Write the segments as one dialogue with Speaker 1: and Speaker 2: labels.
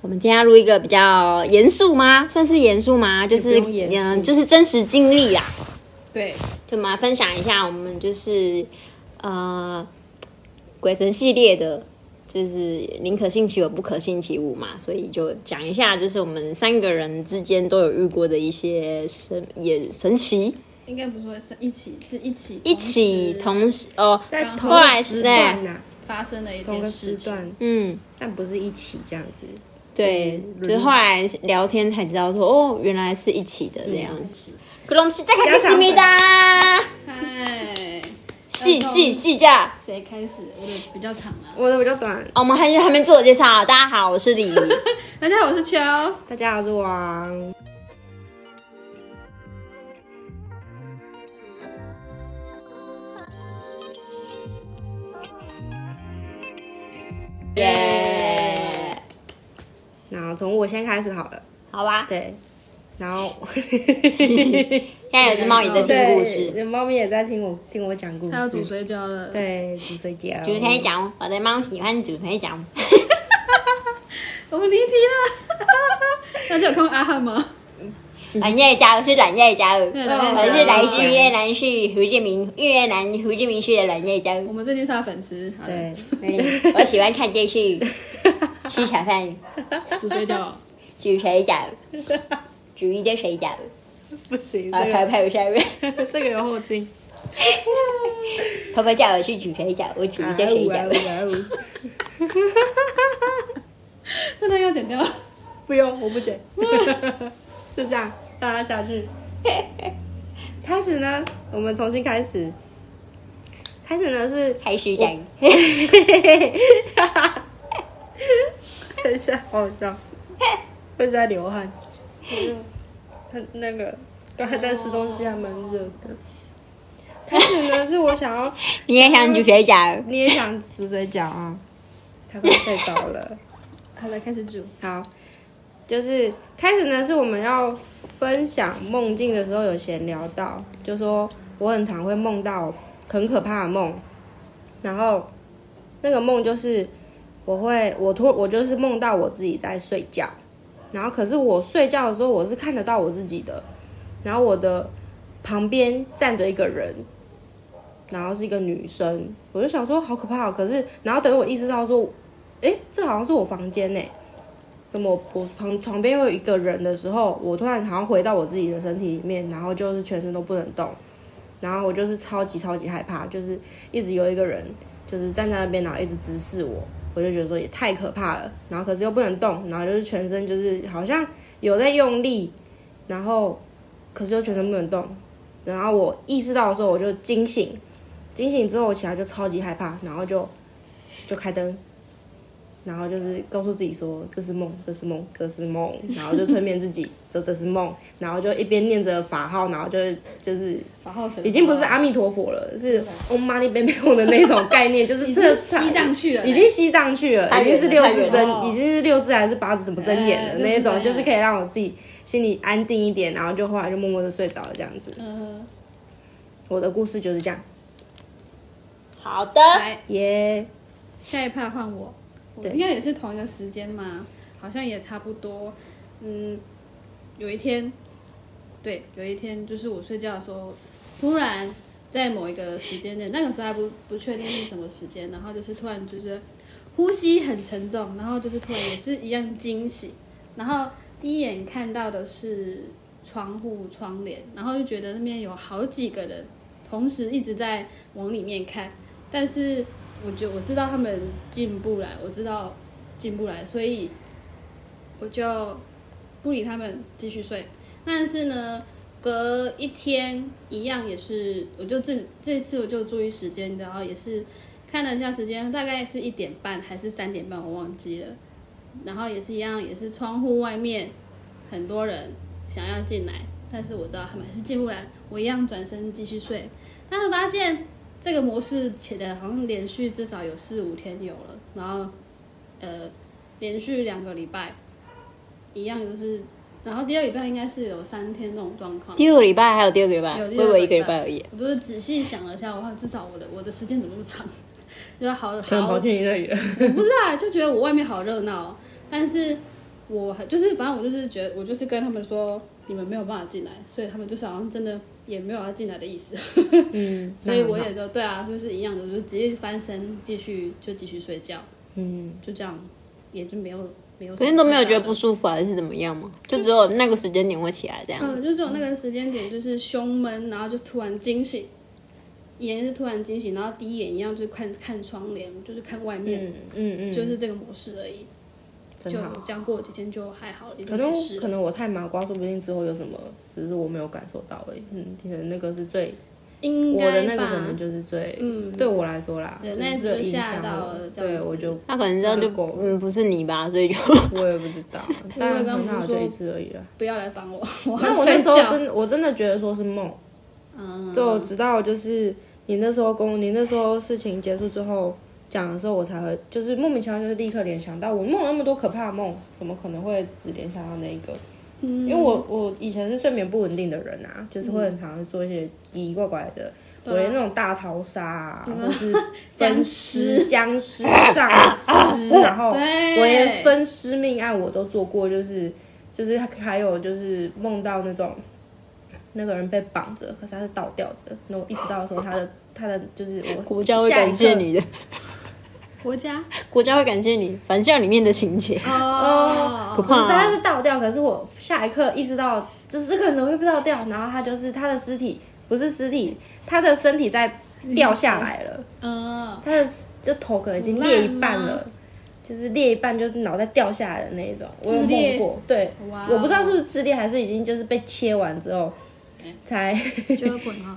Speaker 1: 我们今天要录一个比较严肃吗？算是严肃吗？就是
Speaker 2: 也不用严肃
Speaker 1: 嗯、就是真实经历啦，
Speaker 2: 对，
Speaker 1: 就嘛分享一下我们就是呃鬼神系列的，就是宁可信其有，不可信其无嘛，所以就讲一下，就是我们三个人之间都有遇过的一些神也神奇，
Speaker 2: 应该不是说是一起，是一起
Speaker 1: 一起
Speaker 2: 时
Speaker 1: 同时哦，
Speaker 3: 在同
Speaker 1: 后来
Speaker 3: 个时段呐，
Speaker 2: 发生的一
Speaker 3: 同
Speaker 2: 件
Speaker 3: 个
Speaker 2: 事
Speaker 3: 时
Speaker 2: 情。
Speaker 3: 段，
Speaker 1: 嗯。
Speaker 3: 但不是一起这样子。
Speaker 1: 对，
Speaker 3: 嗯
Speaker 1: 就是后来聊天才知道说，哦，原来是一起的这样
Speaker 2: 嗯
Speaker 1: 子。克隆是在开始米的，
Speaker 2: 嗨，
Speaker 1: 细细细价。
Speaker 2: 谁开始？我的比较长啊了。
Speaker 3: 我的比较短，
Speaker 1: 哦我们还还没自我介绍，大家好，我是李。
Speaker 2: 大家好，我是秋。
Speaker 3: 大家好，我是王。
Speaker 1: 耶，
Speaker 3: 然后从我先开始好了，
Speaker 1: 好吧。
Speaker 3: 对。然后，
Speaker 1: 现在有只猫也在听故事，
Speaker 3: 对，猫咪也在听我听我讲故
Speaker 2: 他要煮
Speaker 3: 事。
Speaker 2: 水饺了。，
Speaker 3: 对，煮水饺。
Speaker 1: 煮水饺，我的猫喜欢煮水饺。
Speaker 2: 我们离题了。 大家有看过阿汉吗？
Speaker 1: 蓝叶饺是蓝叶饺，
Speaker 2: 对
Speaker 3: 蓝
Speaker 1: 我
Speaker 3: 叶饺
Speaker 1: 是来自越南是胡志明，越南胡志明市的蓝叶饺
Speaker 2: 我。们最近是他粉丝。好的
Speaker 3: 对，
Speaker 1: 嗯我喜欢看电视，吃炒饭。
Speaker 2: 煮水饺。
Speaker 1: 煮水饺，煮一堆水饺，
Speaker 3: 不行，
Speaker 1: 然后拍
Speaker 3: 这
Speaker 1: 拍我 下面。
Speaker 3: 个这个有后劲。
Speaker 1: 婆婆叫我去煮水饺，我煮一堆水
Speaker 3: 啊呜
Speaker 1: 饺。
Speaker 3: 啊呜啊
Speaker 2: 那他要剪掉。
Speaker 3: 呜不用，我不剪。 就这样，让它下去。 开始呢，我们重新开始。开始呢是
Speaker 1: 开始讲，
Speaker 3: 等一下，好好笑，会在流汗，很那个刚才在吃东西还蛮热的。开始呢，是我想要，
Speaker 1: 你也想煮水饺？
Speaker 3: 你也想煮水饺啊？他快睡着了。
Speaker 2: 好了，开始煮。
Speaker 3: 好，就是开始呢，是我们要分享梦境的时候有闲聊到，就说我很常会梦到很可怕的梦，然后那个梦就是我会我突我就是梦到我自己在睡觉，然后可是我睡觉的时候我是看得到我自己的，然后我的旁边站着一个人。然后是一个女生，我就想说好可怕、哦，可是然后等我意识到说，诶，这好像是我房间呢，怎么我旁床边又有一个人的时候，我突然好像回到我自己的身体里面，然后就是全身都不能动，然后我就是超级超级害怕，就是一直有一个人就是站在那边，然后一直直视我，我就觉得说也太可怕了，然后可是又不能动，然后就是全身就是好像有在用力，然后可是又全身不能动，然后我意识到的时候我就惊醒，惊醒之后我起来就超级害怕，然后就就开灯，然后就是告诉自己说这是梦，这是梦，这是梦，然后就催眠自己这这是梦，然后就一边念着法号，然后就就是
Speaker 2: 法号神。
Speaker 3: 已经不是阿弥陀佛了，是 Om Mani p a m e 的那种概 念，就是
Speaker 2: 已
Speaker 3: 这
Speaker 2: 经西藏去了。
Speaker 3: 已经吸上去了，
Speaker 1: 太
Speaker 3: 已
Speaker 1: 远了
Speaker 3: 经是六字
Speaker 1: 太
Speaker 2: 远了
Speaker 3: 真，已经是六字还是八字什么真言
Speaker 2: 哎
Speaker 3: 的
Speaker 2: 六
Speaker 3: 那
Speaker 2: 字
Speaker 3: 种，
Speaker 2: 真言
Speaker 3: 就是可以让我自己心里安定一点，然后就后来就默默的睡着了这样子。
Speaker 2: 嗯。
Speaker 3: 我的故事就是这样，
Speaker 1: 好的，
Speaker 2: 来。
Speaker 3: 耶、
Speaker 2: 下一趴换我，我
Speaker 3: 对
Speaker 2: 应该也是同一个时间嘛，好像也差不多。嗯，有一天，对，有一天就是我睡觉的时候，突然在某一个时间内，那个时候还不不确定是什么时间，然后就是突然就是呼吸很沉重，然后就是突然也是一样惊醒，然后第一眼看到的是窗户窗帘，然后就觉得那边有好几个人同时一直在往里面看，但是我觉我知道他们进不来，我知道进不来，所以我就不理他们，继续睡。但是呢，隔一天一样也是，我就这这次我就注意时间，然后也是看了一下时间，大概是一点半还是三点半，我忘记了。然后也是一样，也是窗户外面很多人想要进来，但是我知道他们还是进不来，我一样转身继续睡。但是发现这个模式起的好像连续至少有四五天有了，然后呃连续两个礼拜一样就是，然后第二礼拜应该是有三天这种状况。
Speaker 1: 第二个礼拜还有第二个礼拜，
Speaker 2: 有
Speaker 1: 我
Speaker 2: 第
Speaker 1: 以
Speaker 2: 二个礼拜
Speaker 1: 为一个礼拜而已。
Speaker 2: 我就是仔细想了一下，哇，至少我的我的时间怎么那么长？ 就是好
Speaker 3: 可能
Speaker 2: 好
Speaker 3: 跑去你那里了。
Speaker 2: 我不知道，就觉得我外面好热闹哦，但是我很就是反正我就是觉得我就是跟他们说你们没有办法进来，所以他们就是好像真的也没有要进来的意 思，
Speaker 3: 嗯，
Speaker 2: 所以我
Speaker 3: 那很好
Speaker 2: 也就对啊，就是一样的，我就直接翻身继续就继续睡觉，
Speaker 3: 嗯，
Speaker 2: 就这样，也就没有没有什么太大的。
Speaker 1: 可是都没有觉得不舒服啊还是怎么样吗？就只有那个时间点会起来这样
Speaker 2: 嗯，
Speaker 1: 子。
Speaker 2: 就只有那个时间点，就是胸闷，然后就突然惊醒，也是突然惊醒，然后第一眼一样就是看看窗帘，就是看外面，
Speaker 3: 嗯嗯嗯，
Speaker 2: 就是这个模式而已。
Speaker 3: 真
Speaker 2: 就
Speaker 3: 好。
Speaker 2: 这样过几天就还好了，已
Speaker 3: 可
Speaker 2: 经
Speaker 3: 能
Speaker 2: 没事
Speaker 3: 可
Speaker 2: 了。
Speaker 3: 能我太麻瓜，说不定之后有什么，只是我没有感受到而已。嗯，可能那个是最
Speaker 2: 应
Speaker 3: 我
Speaker 2: 该吧
Speaker 3: 的那个可能就是最
Speaker 2: 嗯，
Speaker 3: 对我来说啦，
Speaker 2: 对
Speaker 3: 就是
Speaker 2: 那一次
Speaker 3: 最
Speaker 2: 就
Speaker 3: 影
Speaker 2: 吓
Speaker 3: 响
Speaker 2: 到
Speaker 3: 我
Speaker 2: 了这样
Speaker 3: 对
Speaker 2: 子
Speaker 3: 我就
Speaker 1: 他可能知道就
Speaker 3: 那个
Speaker 1: 嗯不是你吧，所以就
Speaker 3: 我也不知道，
Speaker 2: 我也
Speaker 3: 但
Speaker 2: 跟他
Speaker 3: 很
Speaker 2: 们
Speaker 3: 好
Speaker 2: 说
Speaker 3: 就一次而已啊。
Speaker 2: 不要来烦我， 我
Speaker 3: 但
Speaker 2: 要
Speaker 3: 我那
Speaker 2: 睡
Speaker 3: 时候
Speaker 2: 觉。
Speaker 3: 真我真的觉得说是梦，
Speaker 2: 嗯，
Speaker 3: 对，我直到就是你那时候跟我你那时候事情结束之后讲的时候，我才会就是莫名其妙就是立刻联想到我梦了那么多可怕的梦，怎么可能会只联想到那一个？
Speaker 2: 嗯嗯
Speaker 3: 因为我我以前是睡眠不稳定的人啊，就是会很常做一些奇奇怪怪的，
Speaker 2: 啊
Speaker 3: 我连那种大逃杀啊，或 是
Speaker 2: 僵
Speaker 3: 分
Speaker 2: 尸
Speaker 3: 尸、僵尸、丧尸，然后
Speaker 2: 对
Speaker 3: 我连分尸命案我都做过，就是就是还有就是梦到那种那个人被绑着，可是他是倒吊着，那我意识到的时候，他的他的就是我
Speaker 1: 国家会感谢你的，
Speaker 2: 国家
Speaker 1: 国家会感谢你。返校里面的情节，
Speaker 2: 哦，
Speaker 1: 可
Speaker 3: 不是，
Speaker 1: 怕、
Speaker 3: 但他
Speaker 1: 啊。
Speaker 3: 是倒掉，可是我下一刻意识到，就是这个人怎么会被倒掉？然后他就是他的尸体，不是尸体，他的身体在掉下来了，
Speaker 2: 嗯，
Speaker 3: 他的就头可能已经裂一半了，就是裂一半，就是脑袋掉下来的那一种。我有
Speaker 2: 自
Speaker 3: 梦
Speaker 2: 裂
Speaker 3: 过，对，
Speaker 2: 哇，哦
Speaker 3: 我不知道是不是撕裂，还是已经就是被切完之后才
Speaker 2: 就会滚哈，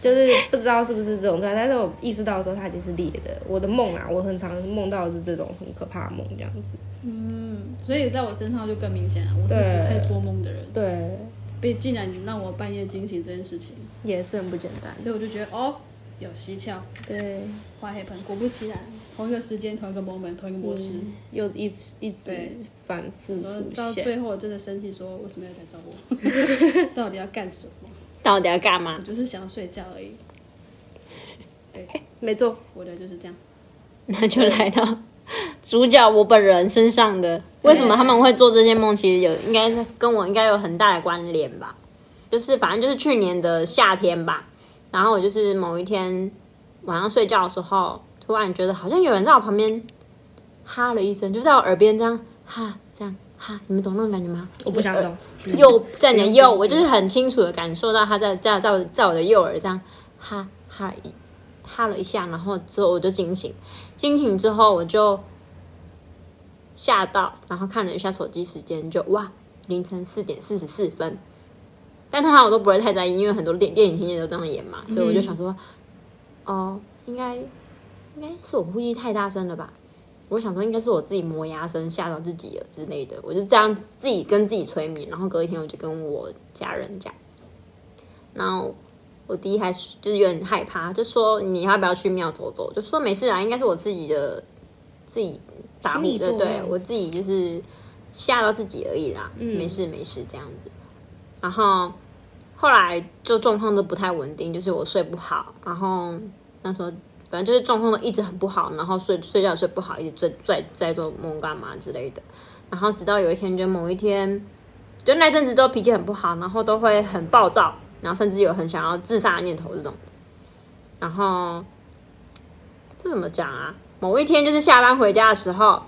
Speaker 3: 就是不知道是不是这种状态，但是我意识到的时候，它已经是裂的。我的梦啊，我很常梦到的是这种很可怕的梦，这样子。
Speaker 2: 嗯，所以在我身上就更明显了，我是
Speaker 3: 对
Speaker 2: 不太做梦的人，
Speaker 3: 对，
Speaker 2: 被竟然让我半夜惊醒这件事情，
Speaker 3: 也是很不简单。
Speaker 2: 所以我就觉得哦，有蹊跷，
Speaker 3: 对，
Speaker 2: 画黑盆，果不其然，同一个时间、同一个 moment、同一个模式，
Speaker 3: 又一直一直
Speaker 2: 对
Speaker 3: 反复
Speaker 2: 然后
Speaker 3: 出
Speaker 2: 到
Speaker 3: 现。
Speaker 2: 最后我真的生气，说为什么要来找我？ 到底要干什么？
Speaker 1: 到底要干
Speaker 2: 我
Speaker 1: 嘛？
Speaker 2: 就是想要睡觉而已。对，
Speaker 3: 没错，
Speaker 2: 我的就是这样。
Speaker 1: 那就来到主角我本人身上的，为什么他们会做这些梦？其实有应该是跟我应该有很大的关联吧。就是反正就是去年的夏天吧，然后我就是某一天晚上睡觉的时候，突然觉得好像有人在我旁边哈了一声，就在我耳边这样哈这样哈，你们懂那种感觉吗？
Speaker 3: 我不想 懂。
Speaker 1: 右在你的右，我就是很清楚的感受到他在在在我在我的右耳这样哈哈一哈了一下，然后之后我就惊醒，惊醒之后我就吓到，然后看了一下手机时间，就哇凌晨四点四十四分。但通常我都不会太在意，因为很多电电影情节都这样演嘛，所以我就想说，哦，应该应该是我呼吸太大声了吧？我想说应该是我自己磨牙声吓到自己了之类的，我就这样自己跟自己催眠，然后隔一天我就跟我家人讲，然后我弟还是就是有点害怕，就说你要不要去庙走走？就说没事啊，应该是我自己的自己打
Speaker 3: 心
Speaker 1: 呼
Speaker 3: 理
Speaker 1: 的，
Speaker 3: 作
Speaker 1: 对
Speaker 3: 用
Speaker 1: 我自己就是吓到自己而已啦，
Speaker 3: 嗯
Speaker 1: 没事没事这样子。然后后来就状况都不太稳定，就是我睡不好，然后那时候反正就是状况都一直很不好，然后睡睡觉也睡不好，一直在在在做梦干嘛之类的。然后直到有一天，就某一天，就那阵子都脾气很不好，然后都会很暴躁，然后甚至有很想要自杀的念头这种的。然后这怎么讲啊？某一天就是下班回家的时候，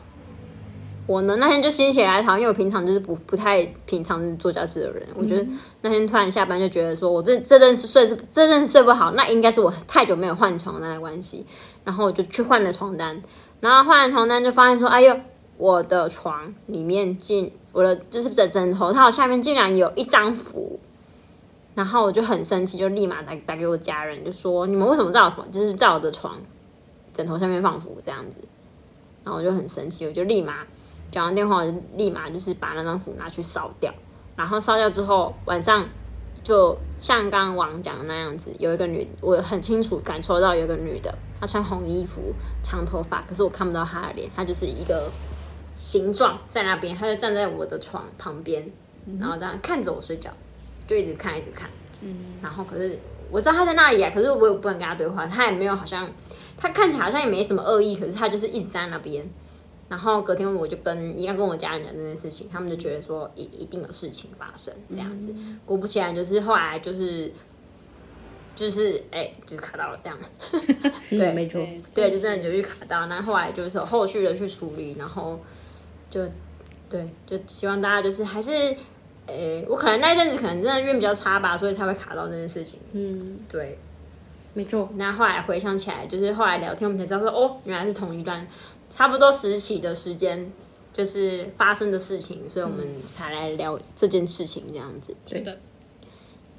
Speaker 1: 我呢那天就心血来潮，因为我平常就是不不太平常是做家事的人，我觉得那天突然下班就觉得说，我这这阵睡是这阵睡不好，那应该是我太久没有换床单的关系。然后我就去换了床单，然后换了床单就发现说，哎呦，我的床里面竟我的就是枕枕头套下面竟然有一张符。然后我就很生气，就立马打打给我家人，就说你们为什么在我就是在我的床枕头下面放符这样子？然后我就很生气，我就立马讲完电话，我就立马就是把那张符拿去烧掉。然后烧掉之后，晚上就像刚刚王讲的那样子，有一个女，我很清楚感受到有一个女的，她穿红衣服、长头发，可是我看不到她的脸，她就是一个形状在那边，她就站在我的床旁边，然后这样看着我睡觉，就一直看，一直看。嗯，然后可是我知道她在那里啊，可是我也不能跟她对话，她也没有好像，她看起来好像也没什么恶意，可是她就是一直在那边。然后隔天我就跟一样跟我家人讲这件事情，他们就觉得说一一定有事情发生这样子。果不其然，就是后来就是哎就是哎、就是卡到了这样。对
Speaker 3: 嗯，没错，
Speaker 2: 对
Speaker 1: 对，就真的就去卡到，然后后来就是有后续的去处理，然后就对，就希望大家就是还是，呃、我可能那一阵子可能真的运比较差吧，所以才会卡到这件事情。
Speaker 3: 嗯，
Speaker 1: 对，
Speaker 3: 没错，
Speaker 1: 那后来回想起来，就是后来聊天，我们才知道说，哦，原来是同一段差不多时期的时间，就是发生的事情，所以我们才来聊这件事情这样子。
Speaker 2: 是的，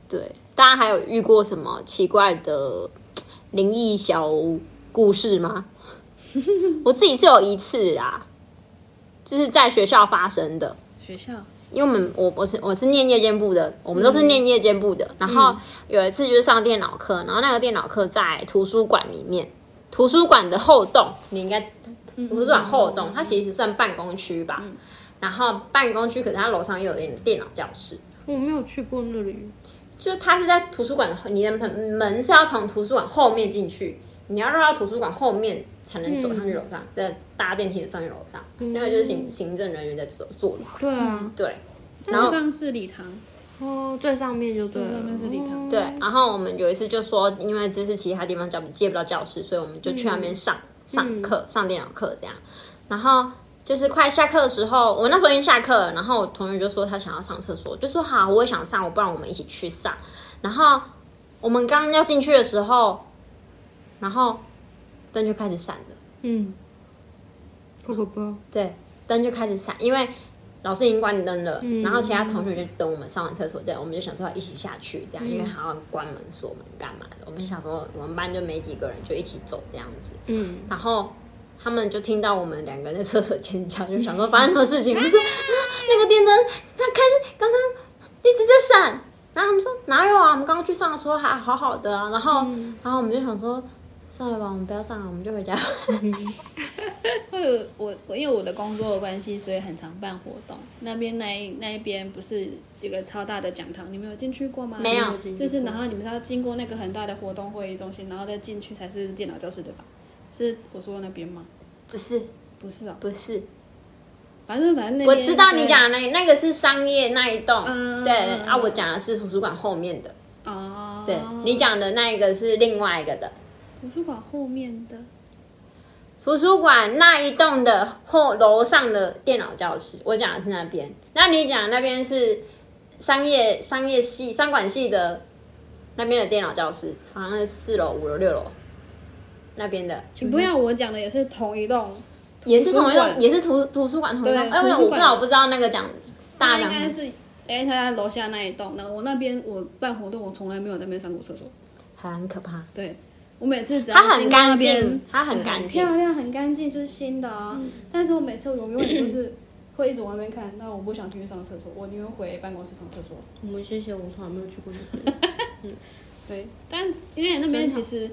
Speaker 1: 对，大家还有遇过什么奇怪的灵异小故事 吗？我自己是有一次啦，就是在学校发生的，
Speaker 2: 学校嗯
Speaker 1: 因为我们我我是我是念夜间部的，我们都是念夜间部的。然后有一次就是上电脑课，然后那个电脑课在图书馆里面，图书馆的后栋，你应该图书馆后
Speaker 2: 嗯
Speaker 1: 栋，它其实算办公区吧。然后办公区，可是它楼上又有点电脑教室。
Speaker 3: 我没有去过那里，
Speaker 1: 就它是在图书馆的后，你的门门是要从图书馆后面进去，你要绕到图书馆后面才能走上去楼上，再、搭电梯上去楼上。那个就是行行政人员在做做的，
Speaker 3: 对啊，
Speaker 1: 对
Speaker 2: 但是上是礼堂，
Speaker 3: 哦，最上面就对了，哦嗯
Speaker 2: 最上面是礼堂
Speaker 1: 对。然后我们有一次就说，因为这是其他地方教借不到教室，所以我们就去那边上、上课，上电脑课这样。然后就是快下课的时候，我那时候已经下课了，然后我同学就说他想要上厕所，就说好，我也想上，我不然我们一起去上。然后我们刚要进去的时候，然后灯就开始闪了，
Speaker 3: 嗯，好可怕，
Speaker 1: 对，灯就开始闪，因为老师已经关灯了，然后其他同学就等我们上完厕所，这样我们就想说要一起下去，这样，因为还要关门锁门干嘛的，我们就想说我们班就没几个人，就一起走这样子，
Speaker 3: 嗯，
Speaker 1: 然后他们就听到我们两个人在厕所尖叫，就想说发生什么事情？不是、啊、那个电灯，它开始刚刚一直在闪。然后他们说哪有啊？我们刚刚去上的时候还好好的啊。然后，然后我们就想说，算了吧，我们不要上了，我们就回家。
Speaker 2: 会有我我因为我的工作的关系，所以很常办活动。那边那一那一边不是有个超大的讲堂，你们有进去过吗？
Speaker 1: 没有
Speaker 2: 就是然后你们是要经过那个很大的活动会议中心，然后再进去才是电脑教室对吧？是我说的那边吗？
Speaker 1: 不是，
Speaker 2: 不是哦，
Speaker 1: 不是，
Speaker 2: 反正反正那
Speaker 1: 我
Speaker 2: 边
Speaker 1: 知道你
Speaker 2: 对
Speaker 1: 讲的那那个是商业那一栋，
Speaker 2: 嗯
Speaker 1: 对
Speaker 2: 嗯嗯
Speaker 1: 啊，我讲的是图书馆后面的，
Speaker 2: 哦，
Speaker 1: 对、你讲的那一个是另外一个的。
Speaker 2: 图书馆后面的
Speaker 1: 图书馆那一栋的后楼上的电脑教室，我讲的是那边。那你讲的那边是商业商业系商管系的那边的电脑教室，好像是四楼、五楼、六楼那边的，
Speaker 2: 你不要我讲的也是同一栋，
Speaker 1: 也是同一
Speaker 2: 图
Speaker 1: 栋，
Speaker 2: 书馆
Speaker 1: 也是图图书馆同一栋。
Speaker 2: 对
Speaker 1: 哎，我
Speaker 2: 图
Speaker 1: 我
Speaker 2: 书
Speaker 1: 不知
Speaker 2: 馆
Speaker 1: 道，我不知道那个讲大
Speaker 2: 那
Speaker 1: 讲
Speaker 2: 应该是哎他在楼下那一栋。那我那边我办活动，我从来没有在那边上过厕所。
Speaker 1: 很可怕。
Speaker 2: 对，我每次只要
Speaker 1: 它很
Speaker 2: 经过那
Speaker 1: 干
Speaker 2: 边
Speaker 1: 净，它很干净。嗯
Speaker 2: 漂亮，很干净，就是新的啊。但是我每次我永远就是会一直往那边看，那我不想进去上厕所，我宁愿回办公室上厕所。
Speaker 3: 我们谢谢，我从来没有去过日本。
Speaker 2: 对，但因为那边其实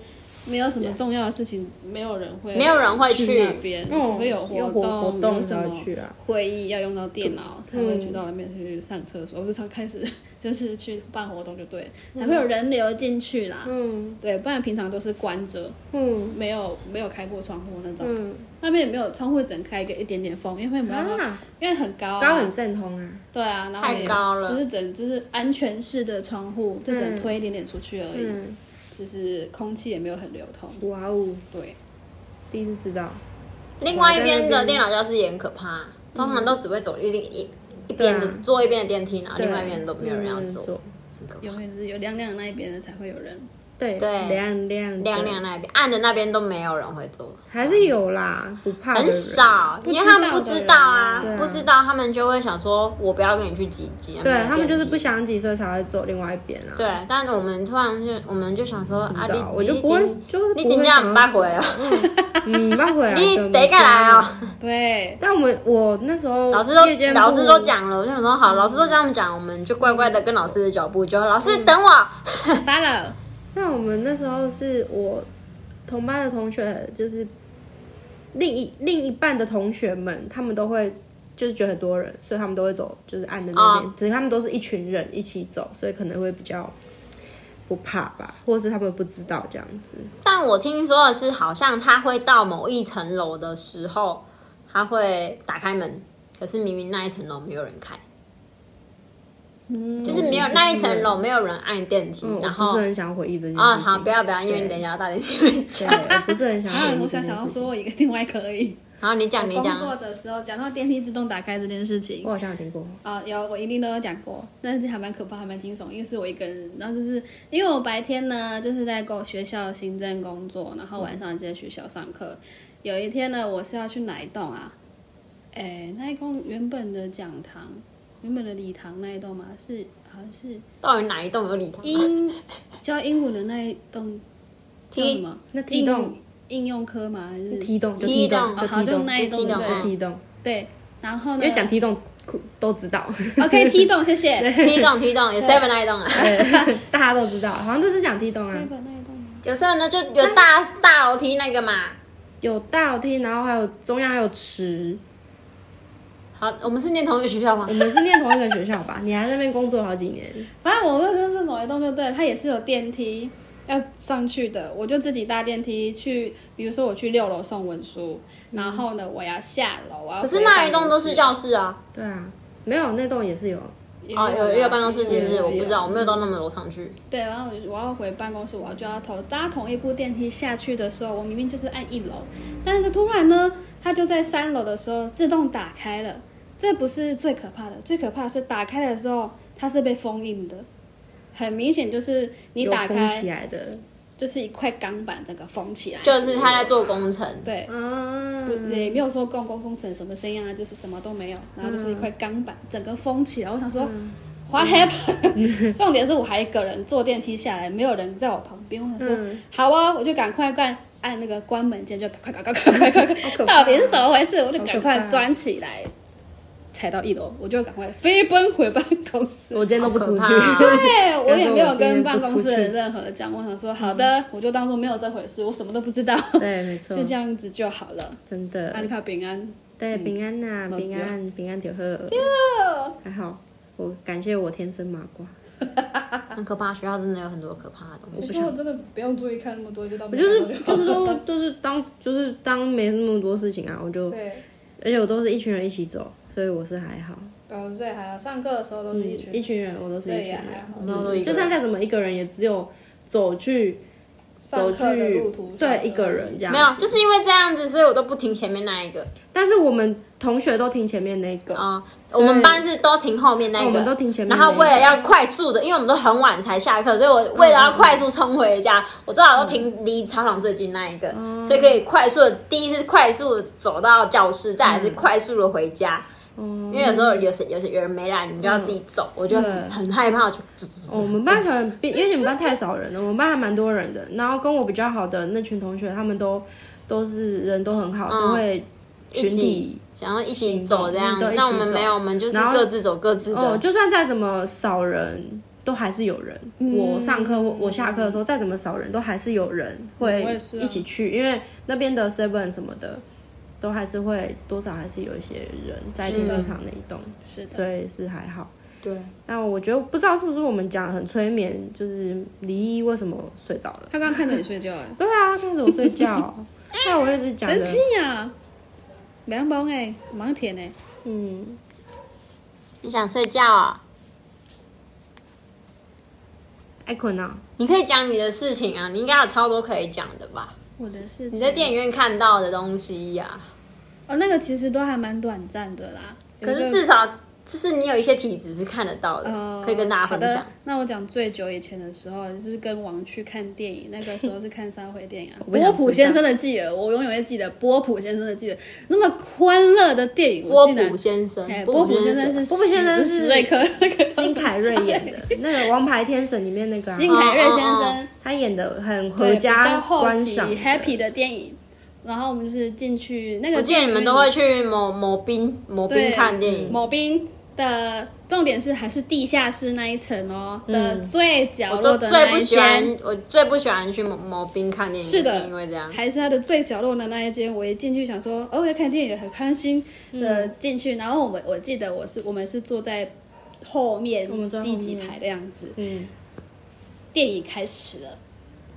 Speaker 2: 没有什么重要的事情，没有人会
Speaker 1: 没有人会
Speaker 2: 去
Speaker 1: 去
Speaker 2: 那边，
Speaker 3: 嗯
Speaker 2: 除非有
Speaker 3: 有
Speaker 2: 动，
Speaker 3: 活活
Speaker 2: 有
Speaker 3: 动
Speaker 2: 什
Speaker 3: 才
Speaker 2: 么
Speaker 3: 会去啊
Speaker 2: 会议要用到电脑，才会去到那边去上厕所，我就常开始 就是去办活动就对，才会有人流进去啦。
Speaker 3: 嗯
Speaker 2: 对，不然平常都是关着，
Speaker 3: 嗯
Speaker 2: 没有没有开过窗户那种。
Speaker 3: 嗯，
Speaker 2: 那边也没有窗户，只能开一个一点点风，因为没有办法，
Speaker 1: 嗯
Speaker 3: 啊，
Speaker 2: 因为很高、啊，
Speaker 3: 高很渗通啊，
Speaker 2: 对啊，然后也
Speaker 1: 太高了
Speaker 2: 就是整就是安全式的窗户，就只能推一点点出去而已，
Speaker 3: 嗯，
Speaker 2: 就是空气也没有很流通。
Speaker 3: 哇哦，
Speaker 2: 对，
Speaker 3: 第一次知道，
Speaker 1: 另外一边的电脑教室也很可怕，通常都只会走一另一一边的
Speaker 3: 嗯对啊
Speaker 1: 坐一边的电梯，然后
Speaker 3: 对
Speaker 1: 另外一边都没有人要
Speaker 3: 嗯
Speaker 1: 坐，
Speaker 3: 做
Speaker 1: 很可怕。
Speaker 2: 永远是有亮亮的那一边的才会有人。
Speaker 3: 对
Speaker 1: 对
Speaker 3: 亮亮
Speaker 1: 亮亮
Speaker 3: 的
Speaker 1: 那边，暗的那边都没有人会坐，
Speaker 3: 还是有啦，不怕的
Speaker 1: 很
Speaker 3: 人，
Speaker 1: 少，
Speaker 2: 不知
Speaker 1: 因
Speaker 2: 道的人
Speaker 1: 为他们不知道啊
Speaker 3: 对，啊
Speaker 1: 不知道他们就会想说，我不要跟你去挤挤啊那边的
Speaker 3: 对
Speaker 1: 电梯。
Speaker 3: 他们就是不想挤，所以才会走另外一边啊。
Speaker 1: 对，但我们突然就我们就想说啊，
Speaker 3: 知
Speaker 1: 你
Speaker 3: 道我就不会
Speaker 1: 你已经
Speaker 3: 就是
Speaker 1: 你
Speaker 3: 不会
Speaker 1: 请假
Speaker 3: 想
Speaker 1: 唔捌回啊，
Speaker 3: 嗯，你不要回 来，
Speaker 1: 你
Speaker 3: 对
Speaker 1: 得过来哦。。
Speaker 2: 对，
Speaker 3: 但我们我那时候
Speaker 1: 老师都
Speaker 3: 夜间部
Speaker 1: 老师都，讲了，我就想说好，老师都这样讲，我们就乖乖的跟老师的脚步，就老师
Speaker 3: 嗯
Speaker 1: 等我。
Speaker 2: 发了，
Speaker 3: 那我们那时候是我同班的同学，就是另一另一半的同学们，他们都会就是觉得很多人，所以他们都会走就是暗的那
Speaker 1: 啊
Speaker 3: 边，所以他们都是一群人一起走，所以可能会比较不怕吧，或者是他们不知道这样子。
Speaker 1: 但我听说的是，好像他会到某一层楼的时候，他会打开门，可是明明那一层楼没有人开，
Speaker 2: 嗯，
Speaker 1: 就是没有那一层楼没有人按电梯，
Speaker 3: 嗯，
Speaker 1: 然
Speaker 3: 我
Speaker 1: 后
Speaker 3: 不是很想回忆这件事情。
Speaker 1: 啊、好，不要不要，因为你等一下要大电梯会
Speaker 3: 对，
Speaker 1: 讲。
Speaker 3: 我不是很想
Speaker 2: 啊
Speaker 3: 回，忆
Speaker 2: 我
Speaker 3: 这
Speaker 2: 想
Speaker 3: 件
Speaker 2: 想要
Speaker 3: 事情。
Speaker 2: 说一个另外一个而已。
Speaker 1: 然后你讲你
Speaker 2: 工
Speaker 1: 讲，啊
Speaker 2: 作的时候讲到电梯自动打开这件事情
Speaker 3: 我，好像有听过，
Speaker 2: 啊、有我一定都有讲过，但是还蛮可怕，还蛮惊悚，因为是我一个人。然后就是因为我白天呢，就是在工学校行政工作，然后晚上就在学校上课。有一天呢，我是要去哪一栋啊？哎，那一栋原本的讲堂，原本的礼堂那一栋嘛，是好像是
Speaker 1: 到底哪一栋有礼堂？
Speaker 2: 英教英文的那一栋叫什么？
Speaker 3: 那梯洞
Speaker 2: 应应用科嘛，还是
Speaker 3: 梯洞就
Speaker 1: 梯
Speaker 3: 洞
Speaker 1: 洞
Speaker 3: 就
Speaker 1: 哦
Speaker 2: 好
Speaker 3: 梯
Speaker 2: 就
Speaker 3: 洞
Speaker 2: 那一栋
Speaker 1: 就梯
Speaker 2: 对
Speaker 1: 洞
Speaker 2: 不
Speaker 3: 就
Speaker 1: 嗯
Speaker 3: 梯洞，
Speaker 2: 对？然后
Speaker 3: 因
Speaker 2: 呢？
Speaker 3: 为讲梯洞酷都知 道，
Speaker 2: OK 梯洞，谢谢。
Speaker 1: 梯栋梯栋有 seven 那一栋啊。
Speaker 3: 大家都知道，好像都是讲梯洞
Speaker 2: 日
Speaker 3: 啊，
Speaker 2: 本那一栋吗？
Speaker 1: 有时候呢，就有大大楼梯那个嘛。
Speaker 3: 有大楼梯，然后还有中央还有池。
Speaker 1: 好，我们是念同一个学校吗
Speaker 3: 我？们是念同一个学校吧？你还在那边工作好几年，
Speaker 2: 反正我那时候是某一栋就对了，它也是有电梯要上去的，我就自己搭电梯去，比如说我去六楼送文书，然后呢我要下楼，我要
Speaker 1: 可
Speaker 2: 回
Speaker 1: 是那一栋都
Speaker 2: 办公
Speaker 1: 是
Speaker 2: 室
Speaker 1: 教室啊。
Speaker 3: 对啊，没有那栋也是有，
Speaker 2: 也
Speaker 1: 哦，有也有办公室是
Speaker 2: 也
Speaker 1: 不
Speaker 2: 有
Speaker 1: 是？
Speaker 3: 有
Speaker 1: 我不知道，我没有到那么楼上去。
Speaker 2: 对，然后我就我要回办公室，我要就要投搭同一部电梯下去的时候，我明明就是按一楼，但是突然呢，它就在三楼的时候自动打开了。这不是最可怕的，最可怕的是打开的时候它是被封印的，很明显就是你
Speaker 3: 有
Speaker 2: 打
Speaker 3: 封起
Speaker 2: 开
Speaker 3: 来的，
Speaker 2: 就是一块钢板整个封起来，
Speaker 1: 就是他在做工程，
Speaker 2: 对，不
Speaker 3: 嗯，
Speaker 2: 也没有说共工封城什么声音啊，就是什么都没有，然后就是一块钢板整个封起来。我想说，what
Speaker 3: 嗯
Speaker 2: happened？重 点是我还一个人坐电梯下来，没有人在我旁边。我想说
Speaker 3: 嗯，
Speaker 2: 好啊，我就赶快按按那个关门键，就赶快赶快赶快赶
Speaker 3: 好
Speaker 2: 快赶快，
Speaker 3: 可怕
Speaker 2: 到底是怎么回事？我就
Speaker 3: 好可
Speaker 2: 赶快
Speaker 3: 怕
Speaker 2: 关起来。踩到一楼，我就赶快飞奔回办公室。
Speaker 3: 我今天都不出去
Speaker 1: 好可怕啊，
Speaker 2: 对，我也没有
Speaker 3: 我今天
Speaker 2: 跟
Speaker 3: 不
Speaker 2: 办公
Speaker 3: 出
Speaker 2: 室的
Speaker 3: 去
Speaker 2: 任何讲，我想说好的，我就当做没有这回事，我什么都不知道，
Speaker 3: 嗯对，没错
Speaker 2: 就，这样子就好了。
Speaker 3: 真
Speaker 2: 阿
Speaker 3: 的，
Speaker 2: 里卡平安，
Speaker 3: 对，平安呐，
Speaker 2: 嗯
Speaker 3: 平安，平安丢喝，还好，我感谢我天生麻瓜，
Speaker 1: 很可怕。学校真的有很多可怕的东西。
Speaker 2: 你说我真的不用注意看那么多，就当
Speaker 3: 我就是就是都都是当就是当没那么多事情啊，我就，
Speaker 2: 对，
Speaker 3: 而且我都是一群人一起走，所以我是还好，
Speaker 2: 哦，所以还好，上课的时候都是一
Speaker 1: 嗯
Speaker 2: 群，
Speaker 3: 嗯一群人，我都是一
Speaker 2: 对
Speaker 3: 群
Speaker 2: 呀，
Speaker 3: 人，
Speaker 2: 还好
Speaker 1: 我，们都是一个
Speaker 3: 就
Speaker 1: 人
Speaker 3: 算再怎么一个人，也只有走去走
Speaker 2: 上
Speaker 3: 去
Speaker 2: 课的路途上
Speaker 3: 对一个人这样，
Speaker 1: 没有，就是因为这样子，所以我都不停前面那一个
Speaker 3: 但是我们同学都听前面那个，
Speaker 1: 啊、我们班是都停后面那一个，
Speaker 3: 哦我们都停前
Speaker 1: 然
Speaker 3: 面那一个嗯
Speaker 1: 后为了要快速的，因为我们都很晚才下课，所以我为了要快速冲回家，我最好都停离操场最近那一个，
Speaker 3: 嗯
Speaker 1: 所以可以快速的第一次快速的走到教室，再
Speaker 3: 嗯
Speaker 1: 来是快速的回家。因为有时候有时有时有人没来，你就要自己走，我就
Speaker 3: 嗯对
Speaker 1: 很害怕，我就走走
Speaker 3: 哦我们班可能比因为你们班太少人了，我们班还蛮多人的。然后跟我比较好的那群同学，他们都都是人都很好，都会群
Speaker 1: 嗯一起
Speaker 3: 体。
Speaker 1: 想要一起走这样
Speaker 3: 行动嗯对。
Speaker 1: 那我
Speaker 3: 一
Speaker 1: 们
Speaker 3: 起走
Speaker 1: 没有，我们就是
Speaker 3: 然后
Speaker 1: 各自走各自
Speaker 3: 哦，
Speaker 1: 的。
Speaker 3: 就算再怎么少人，都还是有人。
Speaker 2: 嗯
Speaker 3: 我上课我我下课的时候，再怎么少人，都还是有人会
Speaker 2: 我也是啊
Speaker 3: 一起去，因为那边的 Seven 什么的，都还是会多少还是有一些人在停车场那一栋，
Speaker 2: 是的，
Speaker 3: 所以是还好。
Speaker 1: 对，
Speaker 3: 那我觉得不知道是不是我们讲得很催眠，就是离一为什么睡着了。
Speaker 2: 他刚刚看着你睡觉， 哎，
Speaker 3: 对啊，看着我睡 觉，那我一直讲
Speaker 2: 神
Speaker 3: 的，
Speaker 2: 奇呀，两包哎，蛮甜哎，
Speaker 3: 嗯，
Speaker 1: 你想睡觉啊？
Speaker 3: 爱困啊，
Speaker 1: 你可以讲你的事情啊，你应该有超多可以讲的吧？
Speaker 2: 我的事
Speaker 1: 你
Speaker 2: 情
Speaker 1: 在电影院看到的东西呀、
Speaker 2: 哦，那个其实都还蛮短暂的啦，有
Speaker 1: 可
Speaker 2: 一个
Speaker 1: 是至少就是你有一些体质是看得到的，
Speaker 2: 呃，
Speaker 1: 可以跟大家分
Speaker 2: 好
Speaker 1: 享
Speaker 2: 的。那我讲最久以前的时候，就是跟王去看电影，那个时候是看三回电影、 啊，
Speaker 3: 不想知道
Speaker 2: 波普先生的记儿，我永远会记得波普先生的记儿，那么欢乐的电影，
Speaker 1: 波
Speaker 2: 我竟然
Speaker 1: 普。先生
Speaker 2: 哎，，
Speaker 1: 波
Speaker 2: 波普先生
Speaker 1: 谁
Speaker 2: 是
Speaker 3: 波普先生
Speaker 2: 史
Speaker 3: 是
Speaker 2: 史瑞克那个
Speaker 3: 金凯瑞演的那个《王牌天神》里面那个、啊，
Speaker 2: 金凯瑞先
Speaker 1: 哦哦
Speaker 2: 生
Speaker 3: 他演的很合
Speaker 2: 对比较
Speaker 3: 家
Speaker 2: 后
Speaker 3: 观
Speaker 2: 期
Speaker 3: 赏的
Speaker 2: Happy 的电影，然后我们就是进去那个
Speaker 1: 我记得
Speaker 2: 电影
Speaker 1: 你们
Speaker 2: 院
Speaker 1: 都会去某某冰某
Speaker 2: 对
Speaker 1: 冰看电影，
Speaker 2: 某冰的重点是还是地下室那一层哦的最角
Speaker 1: 我
Speaker 2: 落
Speaker 1: 都
Speaker 2: 的
Speaker 1: 最
Speaker 2: 那
Speaker 1: 不
Speaker 2: 一
Speaker 1: 喜
Speaker 2: 间。
Speaker 1: 欢，我最不喜欢去某某冰看电影，
Speaker 2: 是的
Speaker 1: 因为这样。
Speaker 2: 还是它的最角落的那一间，我一进去想说，哦，要看电影，很开心的进去。然后我们我记得我是我们是坐在后面
Speaker 3: 我们坐在后
Speaker 2: 第
Speaker 3: 面
Speaker 2: 几排的样子，
Speaker 3: 嗯，
Speaker 2: 电影开始了，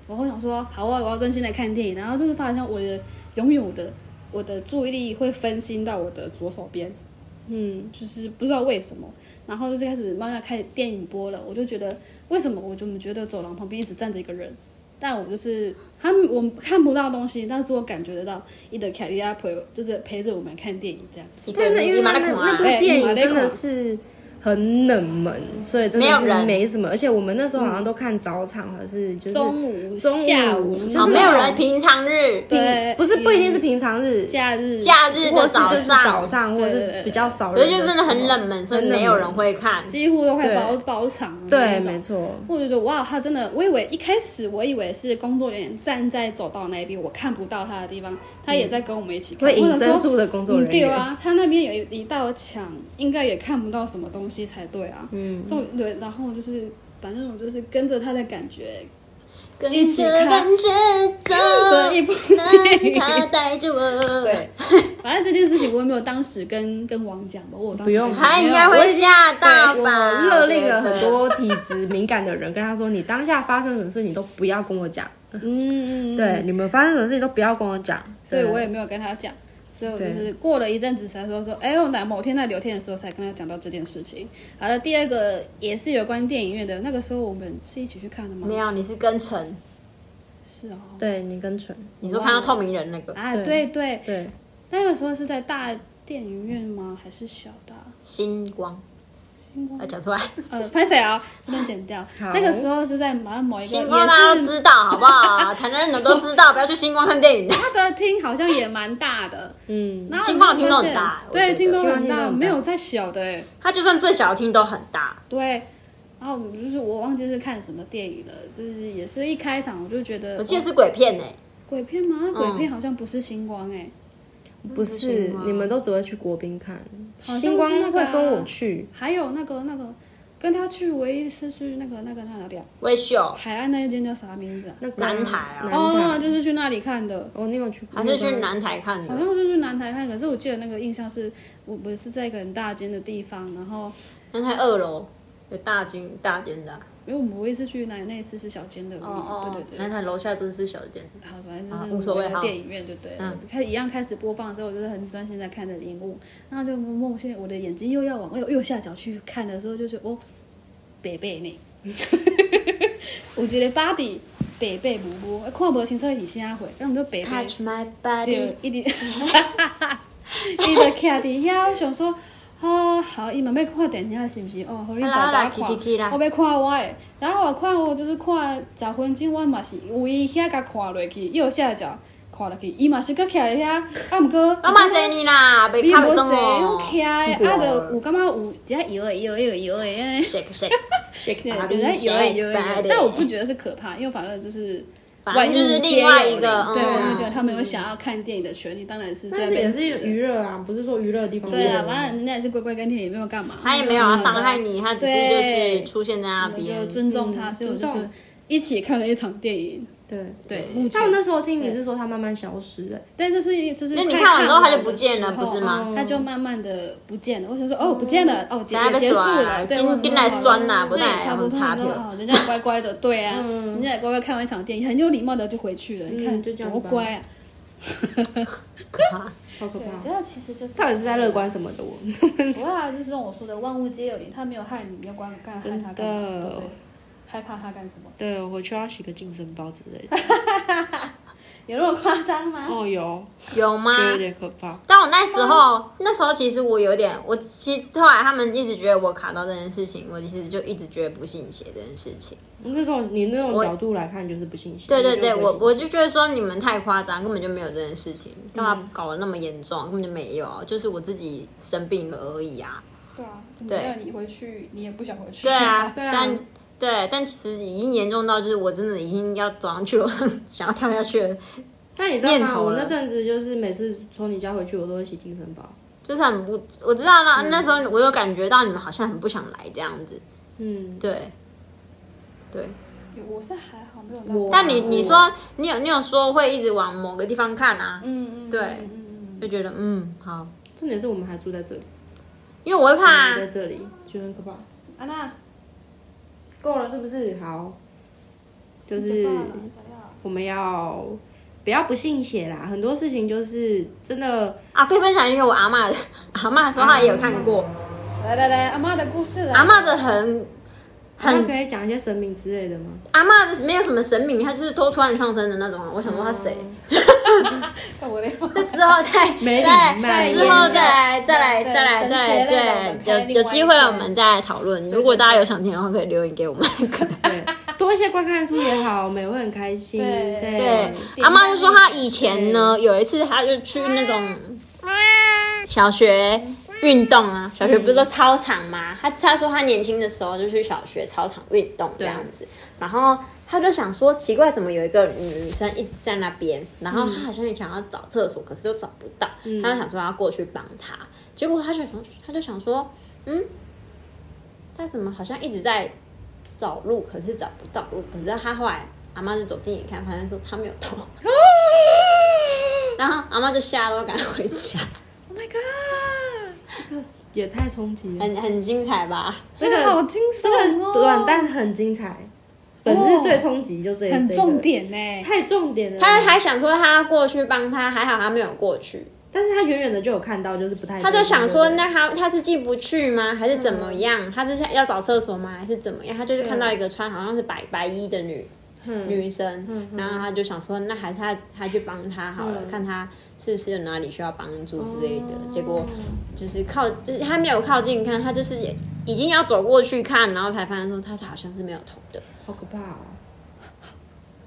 Speaker 2: 我会想说，好啊，我要专心的看电影。然后就是发现我的永远我的我的注意力会分心到我的左手边，
Speaker 3: 嗯，
Speaker 2: 就是不知道为什么，然后就开始慢慢开始电影播了，我就觉得为什么我就觉得走廊旁边一直站着一个人，但我就是他们我看不到东西，但是我感觉得到伊德凯利亚陪我就是陪着我们看电影这样子，
Speaker 1: 一个
Speaker 3: 真的，因为
Speaker 1: 你
Speaker 3: 那
Speaker 1: 妈
Speaker 3: 那
Speaker 1: 的
Speaker 3: 那部
Speaker 1: 孔啊，
Speaker 2: 对
Speaker 3: 电影
Speaker 2: 你妈
Speaker 3: 真
Speaker 2: 在
Speaker 3: 的
Speaker 2: 看
Speaker 3: 是很冷门，所以真
Speaker 1: 没
Speaker 3: 的
Speaker 1: 有人
Speaker 3: 是没什么。而且我们那时候好像都看早场，还是就是
Speaker 2: 中午、
Speaker 3: 中午
Speaker 2: 下午
Speaker 3: 嗯就，是
Speaker 1: 哦，
Speaker 3: 那
Speaker 1: 没有人，
Speaker 3: 种
Speaker 1: 平常日、
Speaker 2: 对，
Speaker 3: 不是不一定是平常日，
Speaker 2: 假日，
Speaker 1: 假日
Speaker 3: 或
Speaker 1: 的
Speaker 3: 是就是早
Speaker 1: 嗯上，
Speaker 3: 上，或
Speaker 2: 对对
Speaker 3: 者
Speaker 2: 对
Speaker 3: 是比较少
Speaker 1: 可
Speaker 3: 人
Speaker 1: 是
Speaker 3: 时
Speaker 1: 就
Speaker 3: 候，
Speaker 1: 真的很冷门，所以
Speaker 3: 很冷
Speaker 1: 没有
Speaker 3: 门
Speaker 1: 人会看。
Speaker 2: 几乎都快包
Speaker 3: 对
Speaker 2: 包场了那
Speaker 3: 对，
Speaker 2: 种
Speaker 3: 没错，
Speaker 2: 我就觉得哇，他真的，我以为一开始我以为是工作人员站在走道那一边，我看不到他的地方，他也在跟我们一起看。
Speaker 3: 会
Speaker 2: 我
Speaker 3: 隐
Speaker 2: 想
Speaker 3: 身
Speaker 2: 说
Speaker 3: 术的工作人
Speaker 2: 嗯、对
Speaker 3: 员，
Speaker 2: 啊，他那边有一一道墙，应该也看不到什么东西才对啊。嗯，重对，然后就是反正我就是跟着他的感觉，
Speaker 1: 跟
Speaker 2: 一起
Speaker 1: 着
Speaker 2: 看
Speaker 1: 感觉走，
Speaker 2: 这一部
Speaker 1: 让他带着我。
Speaker 2: 对，反正这件事情我也没有当时跟跟王讲吧，我有当时
Speaker 3: 不用
Speaker 2: 跟
Speaker 1: 他
Speaker 2: 没
Speaker 1: 应
Speaker 2: 有
Speaker 1: 该会吓到
Speaker 3: 我
Speaker 1: 吧？
Speaker 3: 勒令了很
Speaker 1: 对。
Speaker 3: 多体质敏感的人，跟他说：“你当下发生什么事，你都不要跟我讲。
Speaker 2: 嗯嗯嗯，
Speaker 3: 对，你们发生什么事，你都不要跟我讲。”
Speaker 2: 所以
Speaker 3: 对
Speaker 2: 我也没有跟他讲。所以我就是过了一阵子才说说，哎、我哪某天在聊天的时候才跟他讲到这件事情。好了，第二个也是有关电影院的，那个时候我们是一起去看的吗？
Speaker 1: 没，有，你是跟陈，
Speaker 2: 是哦。
Speaker 3: 对你跟纯，
Speaker 1: 你说看到透明人那个
Speaker 2: 啊，对
Speaker 3: 对
Speaker 2: 对，
Speaker 3: 对
Speaker 2: 那个时候是在大电影院吗？还是小的啊？
Speaker 1: 星光，
Speaker 2: 星光
Speaker 1: 要讲出来，
Speaker 2: 呃，拍谁 啊？这边剪掉。
Speaker 3: 好
Speaker 2: 那个时候是在马某一个
Speaker 1: 星光大家都
Speaker 2: 也是
Speaker 1: 知道好不好？台南人都知道，不要去星光看电影。
Speaker 2: 他的厅好像也蛮大的，
Speaker 3: 嗯，
Speaker 2: 然后
Speaker 1: 星光
Speaker 2: 我就
Speaker 1: 听都
Speaker 2: 发
Speaker 1: 很
Speaker 2: 现
Speaker 1: 大我觉
Speaker 2: 对，
Speaker 1: 得
Speaker 2: 厅都
Speaker 3: 星光
Speaker 2: 很
Speaker 3: 厅都
Speaker 2: 大，
Speaker 3: 很大
Speaker 2: 没有在小的哎、
Speaker 1: 他就算最小的厅都很大，
Speaker 2: 对，然后我们就是我忘记是看什么电影了，就是也是一开场我就觉得，哦
Speaker 1: 我记得是鬼片哎、
Speaker 2: 鬼片吗？那鬼片好像不是星光哎、
Speaker 3: 不是
Speaker 1: 星，光
Speaker 3: 你们都只会去国宾看，
Speaker 2: 像是
Speaker 3: 星光
Speaker 2: 那个啊
Speaker 3: 会跟我去，
Speaker 2: 还有那个那个跟他去唯一是去那个那个那哪里啊？
Speaker 1: 微秀
Speaker 2: 海岸那一间叫啥名字啊？
Speaker 3: 那个
Speaker 1: 南台啊
Speaker 3: 南
Speaker 2: 哦，
Speaker 3: 台。
Speaker 2: 就是去那里看的，
Speaker 3: 哦，你有去？
Speaker 1: 还是去？南台看
Speaker 2: 好
Speaker 1: 的，
Speaker 2: 像是去南台看，可是我记得那个印象是我们是在一个很大间的地方，然后
Speaker 1: 南台二楼有大间大间的啊、
Speaker 2: 因为我们唯一次去那那一次是小间的而已，对对对
Speaker 1: 南。台楼下真是小间的，
Speaker 2: 好，反正就
Speaker 1: 啊
Speaker 2: 是
Speaker 1: 无所谓
Speaker 2: 我们
Speaker 1: 好嗯
Speaker 2: 电影院就对了。开、一样开始播放的时候，我就是很专心在看着荧幕，然后就梦现我的眼睛又要往右右下角去看的时候，就是哦，北北呢， 有一个巴底北北模糊，看不清楚是啊啥货，那毋就北北
Speaker 1: Touch my
Speaker 2: 对
Speaker 1: body，，
Speaker 2: 一直， 伊就徛伫遐，我想说。哦，好，伊嘛要看电影是毋是？哦，互你大
Speaker 1: 啊好啦
Speaker 2: 家看，
Speaker 1: 好啦去去去啦
Speaker 2: 我要看我的。然后我看我就是看十分钟，我嘛是有伊遐甲看落去，右下角看落去，伊嘛是搁徛伫遐，啊毋过，
Speaker 1: 老马坐你啦，别
Speaker 2: 伊
Speaker 1: 看
Speaker 2: 无
Speaker 1: 不
Speaker 2: 坐，
Speaker 1: 中
Speaker 2: 拢
Speaker 1: 哦
Speaker 2: 徛的，啊，就有感觉有只摇的摇的摇的安尼，
Speaker 1: ，shake shake，
Speaker 2: 对，
Speaker 1: body，
Speaker 2: 啊有
Speaker 1: shake
Speaker 2: 在摇的摇的摇的
Speaker 1: body
Speaker 2: 但我不觉得是可怕，因为反正就是
Speaker 1: 反正就是另外一个，
Speaker 2: 对，我就觉得
Speaker 1: 嗯，
Speaker 2: 他们有想要看电影的权利，当然是虽
Speaker 3: 但
Speaker 2: 然
Speaker 3: 是
Speaker 2: 被
Speaker 3: 也
Speaker 2: 挤
Speaker 3: 是
Speaker 2: 的
Speaker 3: 娱乐啊，不是说娱乐的地方。
Speaker 2: 对啊，反正人家也是乖乖跟电影，也没有干嘛。
Speaker 1: 他也没有要伤害你，他只是就是
Speaker 2: 对
Speaker 1: 出现在那
Speaker 2: 我就
Speaker 1: 边，
Speaker 2: 尊重他，所以我就
Speaker 3: 尊
Speaker 2: 是
Speaker 3: 重
Speaker 2: 一起看了一场电影。
Speaker 3: 对。
Speaker 2: 对，目前
Speaker 3: 但我那时候听你是说他慢慢消失、欸，
Speaker 2: 对，就是就是
Speaker 1: 那
Speaker 2: 快的时候，
Speaker 1: 你看完之后他就不见了不是吗
Speaker 2: 嗯他就慢慢的不见了。我想说，哦，不见了，哦，结
Speaker 1: 现在被
Speaker 2: 结束
Speaker 1: 耍
Speaker 2: 了，
Speaker 1: 了
Speaker 2: 对，
Speaker 1: 跟
Speaker 2: 我想说
Speaker 1: 跟来
Speaker 2: 好
Speaker 1: 酸啦
Speaker 2: 那
Speaker 1: 不带
Speaker 2: 也差不多。
Speaker 1: 他们
Speaker 2: 我想
Speaker 1: 差评
Speaker 2: 说哦，人家也乖乖的，对啊，
Speaker 1: 嗯
Speaker 2: 人家也乖乖看完一场电影，很有礼貌的就回去了。你看
Speaker 3: 嗯就这样
Speaker 2: 多
Speaker 3: 吧
Speaker 2: 乖 啊！
Speaker 1: 可怕。
Speaker 3: 好可
Speaker 2: 对
Speaker 1: 啊
Speaker 3: 怕，！
Speaker 2: 只要其实就
Speaker 3: 到底是在乐观什么的 我？
Speaker 2: 不会啊，就是我说的，万物皆有灵，他没有害你，你要关干害他干嘛？
Speaker 3: 真的
Speaker 2: 对不对？害怕他干什么？
Speaker 3: 对，我回去要洗个净身包之类 的。
Speaker 2: 有那么夸张吗？
Speaker 3: 哦，有，
Speaker 1: 有吗？
Speaker 3: 就有点可怕。
Speaker 1: 但我那时候，那时候其实我有点，我其实后来他们一直觉得我卡到这件事情，我其实就一直觉得不信邪这件事情。
Speaker 3: 那种你那种角度来看就是不信邪。
Speaker 1: 对对
Speaker 3: 你就
Speaker 1: 对，
Speaker 3: 不
Speaker 1: 我
Speaker 3: 信邪
Speaker 1: 我就觉得说你们太夸张，根本就没有这件事情，干
Speaker 3: 嗯
Speaker 1: 嘛搞得那么严重？根本就没有啊，就是我自己生病了而已啊。
Speaker 2: 对啊，
Speaker 1: 对
Speaker 2: 没有你回去，你也不想回去。
Speaker 1: 对啊，
Speaker 3: 对啊
Speaker 1: 但对，但其实已经严重到就是我真的已经要走上去楼上， 想要跳下去了，
Speaker 3: 那你知道
Speaker 1: 念
Speaker 3: 吗？
Speaker 1: 头
Speaker 3: 我
Speaker 1: 了
Speaker 3: 那阵子就是每次从你家回去，我都会洗精神包。
Speaker 1: 就是很不，我知道那、那时候我有感觉到你们好像很不想来这样子，
Speaker 3: 嗯，
Speaker 1: 对，对。
Speaker 2: 我是还好没有
Speaker 3: 我
Speaker 2: 到。
Speaker 1: 但你你说你有你有说会一直往某个地方看啊，
Speaker 2: 嗯嗯，
Speaker 1: 对
Speaker 2: 嗯嗯嗯
Speaker 1: 就觉得嗯好，
Speaker 3: 重点是我们还住在这里，
Speaker 1: 因为我会怕
Speaker 3: 我
Speaker 1: 啊
Speaker 3: 们在这里，觉得很可怕。
Speaker 2: 嗯安娜
Speaker 3: 够了是不是？好，就
Speaker 2: 你
Speaker 3: 是
Speaker 2: 怎么办啊怎么样啊
Speaker 3: 我们要不要不信邪啦，很多事情就是真的
Speaker 1: 啊，可以分享一个我阿嬷的，阿嬷说她也有看过，
Speaker 3: 嗯
Speaker 2: 来来来，阿妈的故事来啊
Speaker 1: 阿嬷的很
Speaker 3: 那
Speaker 1: 很
Speaker 3: 可以讲一些神明之类的吗？
Speaker 1: 阿嬷的没有什么神明，她就是都突然上升的那种啊。我想说她谁？
Speaker 2: 看我的 妈
Speaker 1: 这之后再
Speaker 3: 没礼
Speaker 1: 再
Speaker 3: 貌
Speaker 1: 再
Speaker 3: 对
Speaker 1: 之后
Speaker 2: 研究
Speaker 1: 再来再来
Speaker 2: 对
Speaker 1: 再来
Speaker 2: 神
Speaker 1: 再来再
Speaker 2: 学类的
Speaker 1: 来
Speaker 2: 我们开
Speaker 1: 有
Speaker 2: 另
Speaker 1: 有
Speaker 2: 外
Speaker 1: 机
Speaker 2: 一
Speaker 1: 会
Speaker 2: 个
Speaker 1: 我们再来讨论。如果大家有想听的话，可以留言给我们。
Speaker 3: 对，多一些观看数也好，我们也会很开心。
Speaker 2: 对
Speaker 3: 对
Speaker 1: 对，阿妈就说她以前呢，有一次她就去那种小学运动啊，小学不是都操场吗？她她说她年轻的时候就去小学操场运动这样子，然后她就想说奇怪，怎么有一个女生一直在那边？然后她好像也想要找厕所，可是又找不到，她就想说要过去帮她，结果她就想，她就想说，嗯，她怎么好像一直在找路，可是找不到路。可是他后来阿妈就走近一看，发现说他没有头，然后阿妈就吓到赶回 家，
Speaker 2: ，Oh my god，
Speaker 3: 也太冲击了。
Speaker 1: 很很精彩吧？
Speaker 2: 这个哎好惊悚
Speaker 3: 这
Speaker 2: 哦，
Speaker 3: 个短但很精彩，本质最冲击就这
Speaker 2: 很
Speaker 3: 这个
Speaker 2: 重，点呢。
Speaker 3: 太重点了。
Speaker 1: 他还想说他要过去帮他，还好他没有过去。
Speaker 3: 但是他远远的就有看到，就是不太。
Speaker 1: 他就想说，那他他是进不去吗？还是怎么样？
Speaker 3: 嗯
Speaker 1: 他是要找厕所吗？还是怎么样？他就是看到一个穿好像是白白衣的女
Speaker 3: 嗯，
Speaker 1: 女生，然后他就想说，那还是他他去帮他好了，
Speaker 3: 嗯哦
Speaker 1: 看他是不是有哪里需要帮助之类的。结果就是靠，就是他没有靠近看，他就是也已经要走过去看，然后才发现说他是好像是没有头的，
Speaker 3: 好可怕哦！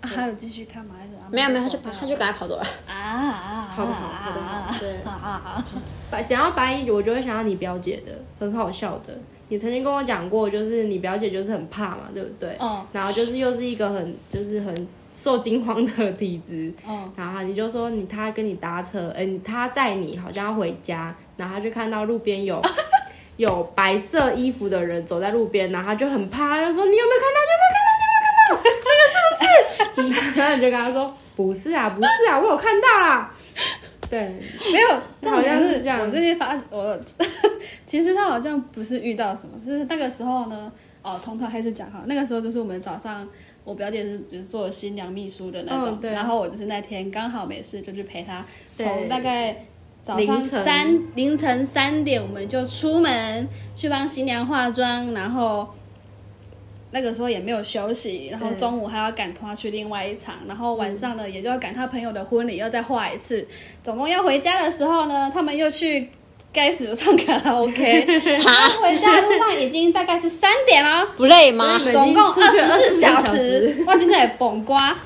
Speaker 2: 啊还有继续看吗？还是
Speaker 1: 没有没有，他就跑他就赶快跑走了。
Speaker 2: 啊啊，
Speaker 3: 好不好好不好对
Speaker 2: 啊啊啊！
Speaker 3: 白想要白衣，我就会想到你表姐的，很好笑的。你曾经跟我讲过，就是你表姐就是很怕嘛，对不对？
Speaker 2: 嗯
Speaker 3: 然后就是又是一个很就是很受惊慌的 体质，
Speaker 2: 嗯，
Speaker 3: 然后你就说你他跟你搭车，嗯、他载你好像要回家，然后他就看到路边有 有白色衣服的人走在路边，然后他就很怕，他就说你有没有看到？你有没有看到？你有没有看到？那个是不是？然后你就跟他说不是啊，不是啊，我有看到啦。 对，
Speaker 2: 没有，重
Speaker 3: 好像
Speaker 2: 点
Speaker 3: 是
Speaker 2: 是
Speaker 3: 这样
Speaker 2: 我最近发 我，其实他好像不是遇到什么，就是那个时候呢，哦，从头开始讲哈，那个时候就是我们早上。我表姐是就是做新娘秘书的那
Speaker 3: 嗯
Speaker 2: 种，
Speaker 3: 对
Speaker 2: 然后我就是那天刚好没事，就去陪她，
Speaker 3: 对
Speaker 2: 从大概早
Speaker 3: 凌
Speaker 2: 上
Speaker 3: 晨
Speaker 2: 三凌晨三点我们就出门去帮新娘化妆，然后那个时候也没有休息，然后
Speaker 3: 对
Speaker 2: 中午还要赶她去另外一场，然后晚上呢也就要赶她朋友的婚礼，又再化一次，总共要回家的时候呢，他们又去该死的唱卡拉 OK，然后回家的路上已经大概是三点了。
Speaker 1: 不累吗
Speaker 3: 所？以你们已
Speaker 2: 啊总
Speaker 3: 经
Speaker 2: 共
Speaker 3: 出去了
Speaker 2: 二十四小
Speaker 3: 24小时
Speaker 2: 时，我今天也崩瓜，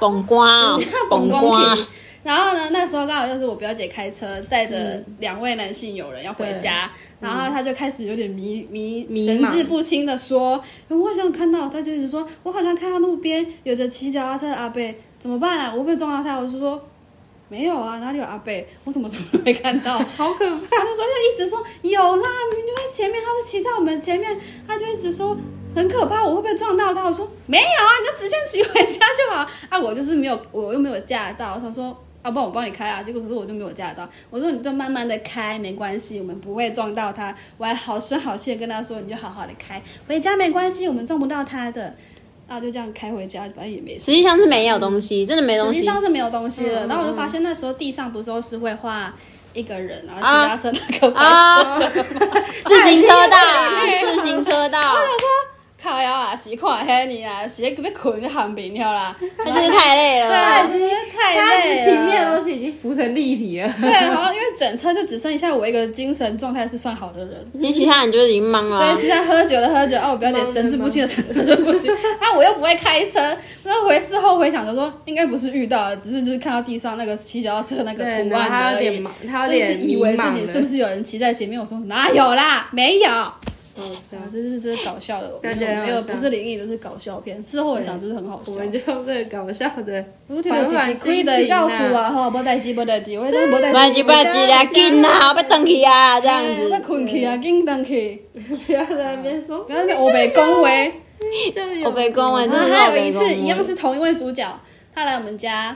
Speaker 1: 崩瓜哦， 崩
Speaker 2: 崩光
Speaker 1: 瓜
Speaker 2: 体。。然后呢，那时候刚好又是我表姐开车载着
Speaker 3: 嗯
Speaker 2: 两位男性友人要回家，然后她就开始有点迷迷
Speaker 3: 迷
Speaker 2: 神
Speaker 3: 茫
Speaker 2: 志不清的说：“我好像看到，她就一直说，我好像看到路边有着骑脚踏车的阿贝，怎么办啊？我会不会撞到他？”我就说。没有啊，哪里有阿贝？我怎么从来没 看到？
Speaker 3: 好可怕。
Speaker 2: 他就说他一直说有啦，明明就在前面，他就骑在我们前面，他就一直说很可怕，我会不会撞到他？我说没有啊，你就直线骑回家就好啊。我就是没有，我又没有驾照，我想说。啊，不然我帮你开啊！结果可是我就没有驾照，我说你就慢慢的开，没关系，我们不会撞到他。我还好声好气的跟他说，你就好好的开，回家没关系，我们撞不到他的。那我就这样开回家，反正也没事。
Speaker 1: 实际上是没有东西，真的没东
Speaker 2: 实际
Speaker 1: 西。
Speaker 2: 上是没有东西的。然后我就发现那时候地上不是都是会画一个人，然后其他车那个白
Speaker 1: 啊，自行车道 啊，
Speaker 2: 哎
Speaker 1: 自行车道，
Speaker 2: 靠腰啊，洗看黑你啊，洗个被捆个寒冰了啦。
Speaker 1: 他就是太累了
Speaker 2: 对，。就是
Speaker 3: 它
Speaker 2: 太累了。
Speaker 3: 啊平面的东西已经浮成立体了。
Speaker 2: 对，然后因为整车就只剩下我一个精神状态是算好的人。
Speaker 1: 因为其他人就是已经懵
Speaker 3: 哦
Speaker 1: 了啊。
Speaker 2: 对，其他喝酒的喝酒，啊，我表姐神志不清的神志不清，啊，我又不会开车，然后回事后回想着说，应该不是遇到的，只是就是看到地上那个骑脚踏车那 个
Speaker 3: 对，
Speaker 2: 图
Speaker 3: 然后
Speaker 2: 案
Speaker 3: 他有
Speaker 2: 而已
Speaker 3: 点。忙，他有
Speaker 2: 就是
Speaker 3: 点
Speaker 2: 以为
Speaker 3: 迷茫
Speaker 2: 自己是不
Speaker 3: 了？
Speaker 2: 是有人骑在前面，我说哪有啦，没有。
Speaker 3: 好笑
Speaker 2: 啊，这是这是搞笑的，
Speaker 3: 感觉很好
Speaker 2: 没有
Speaker 3: 笑
Speaker 2: 不是灵异，就是搞笑片。事后我想就是很好笑
Speaker 3: 我。们就用这个搞笑的，
Speaker 2: 如果听到弟弟可以的告诉我吼，无代志无代志，我真的无代
Speaker 1: 不
Speaker 2: 志。
Speaker 1: 然嗯就不然急啦，紧啦，要等去啊，这
Speaker 2: 这
Speaker 1: 样子。
Speaker 2: 要困去啊，紧等去，
Speaker 3: 不要在那边说
Speaker 2: 不要在那边欧北恭维。
Speaker 3: 就有
Speaker 1: 我被关完，真
Speaker 2: 然
Speaker 1: 的
Speaker 2: 后
Speaker 1: 是
Speaker 2: 啊还有
Speaker 1: 我被
Speaker 2: 一次
Speaker 1: 关完
Speaker 2: 一样是同一位主角，他来我们家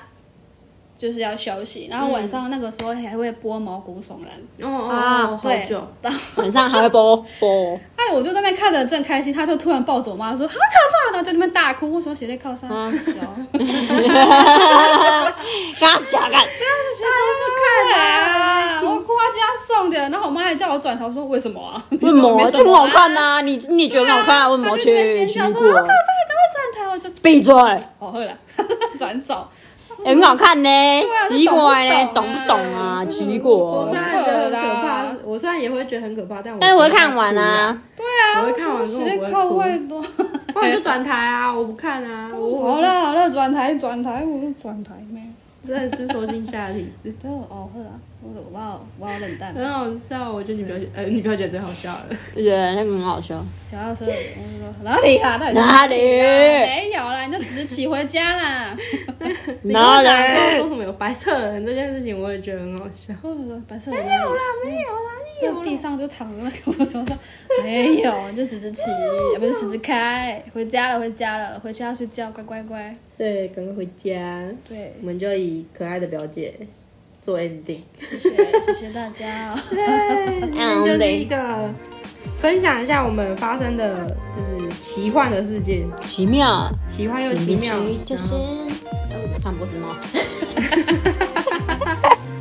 Speaker 2: 就是要休息，然后晚上那个时候还会播毛骨悚
Speaker 3: 哦
Speaker 2: 然，
Speaker 3: 哦
Speaker 1: 啊
Speaker 3: 哦，好
Speaker 2: 对
Speaker 3: 久，
Speaker 1: 晚上还会播播，
Speaker 2: 哎，我就在那边看的正开心，他就突然抱走妈说好可怕，然后就在那边大哭，我说谁在靠山
Speaker 1: 嗯
Speaker 2: 小，
Speaker 1: 跟他瞎干，
Speaker 2: 谁哭出 来啊？我哭他家送的，然后我妈还叫我转头说为什么啊？
Speaker 1: 为什么
Speaker 2: 没
Speaker 1: 就
Speaker 2: 什
Speaker 1: 不
Speaker 2: 么啊
Speaker 1: 好看呐、你你觉得好看、为什么
Speaker 2: 她就在那边
Speaker 1: 去
Speaker 2: 尖
Speaker 1: 去
Speaker 2: 叫说
Speaker 1: 过
Speaker 2: 好可？怕，赶快转头，我就
Speaker 1: 闭嘴，
Speaker 2: 哦会了， 转走。
Speaker 1: 欸很好看呢、
Speaker 2: 啊
Speaker 1: 奇怪呢、
Speaker 2: 懂
Speaker 1: 懂
Speaker 2: 不懂啊
Speaker 1: 不懂啊？奇
Speaker 3: 我
Speaker 1: 怪
Speaker 3: 虽。然觉得很可
Speaker 2: 不会啦
Speaker 3: 怕，我虽然也会觉得很可怕，但我
Speaker 1: 但是我会看完
Speaker 3: 啊，
Speaker 1: 啊，
Speaker 2: 对啊，
Speaker 3: 我会看完之后我不
Speaker 2: 直
Speaker 3: 会
Speaker 2: 接
Speaker 3: 哭
Speaker 2: 靠外 多。哎
Speaker 3: 不 然就转台啊，我不看 啊，我
Speaker 2: 好了好了，转台转台，我就转台没有。
Speaker 3: 真的是受惊吓的体质，
Speaker 2: 真的哦，会了，我我要我要冷淡。
Speaker 3: 很好笑。我觉得女表姐，呃，女表姐最好笑 了。
Speaker 1: 我觉得那个很好笑。
Speaker 2: 小轿车，我说哪里啦？到底
Speaker 1: 哪里
Speaker 2: 没有啦，你就直接骑回家啦。
Speaker 3: 你跟我讲
Speaker 1: 哪
Speaker 3: 说
Speaker 1: 里
Speaker 3: 说什么有白色人这件事情，我也觉得很好笑。
Speaker 2: 我说白色没有啦，
Speaker 3: 没有啦，你
Speaker 2: 就地上就躺着那个，我说说没有，就直直骑，啊不是直直开，回家了回家了，回家睡觉，乖乖乖。
Speaker 3: 对，赶快回家。
Speaker 2: 对
Speaker 3: 我，们就以可爱的表姐做 ending。
Speaker 2: 谢谢谢谢大家哦。
Speaker 1: 嗯
Speaker 3: 就是一个分享一下我们发生的就是奇幻的事件，
Speaker 1: 奇妙，
Speaker 3: 奇幻又奇妙。
Speaker 1: 就是
Speaker 3: 然后
Speaker 1: 呃上波斯猫。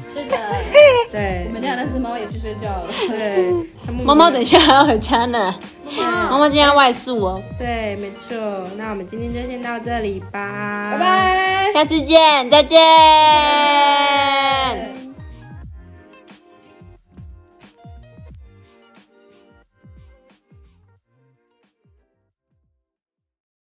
Speaker 2: 是的，
Speaker 3: 对
Speaker 2: 我们家的那只猫也去睡觉了。
Speaker 3: 对，它目前
Speaker 1: 猫猫等一下还要回家呢，猫猫今天要外宿哦，
Speaker 3: 对，没错。那我们今天就先到这里吧，
Speaker 2: 拜拜。
Speaker 1: 下次见，再见。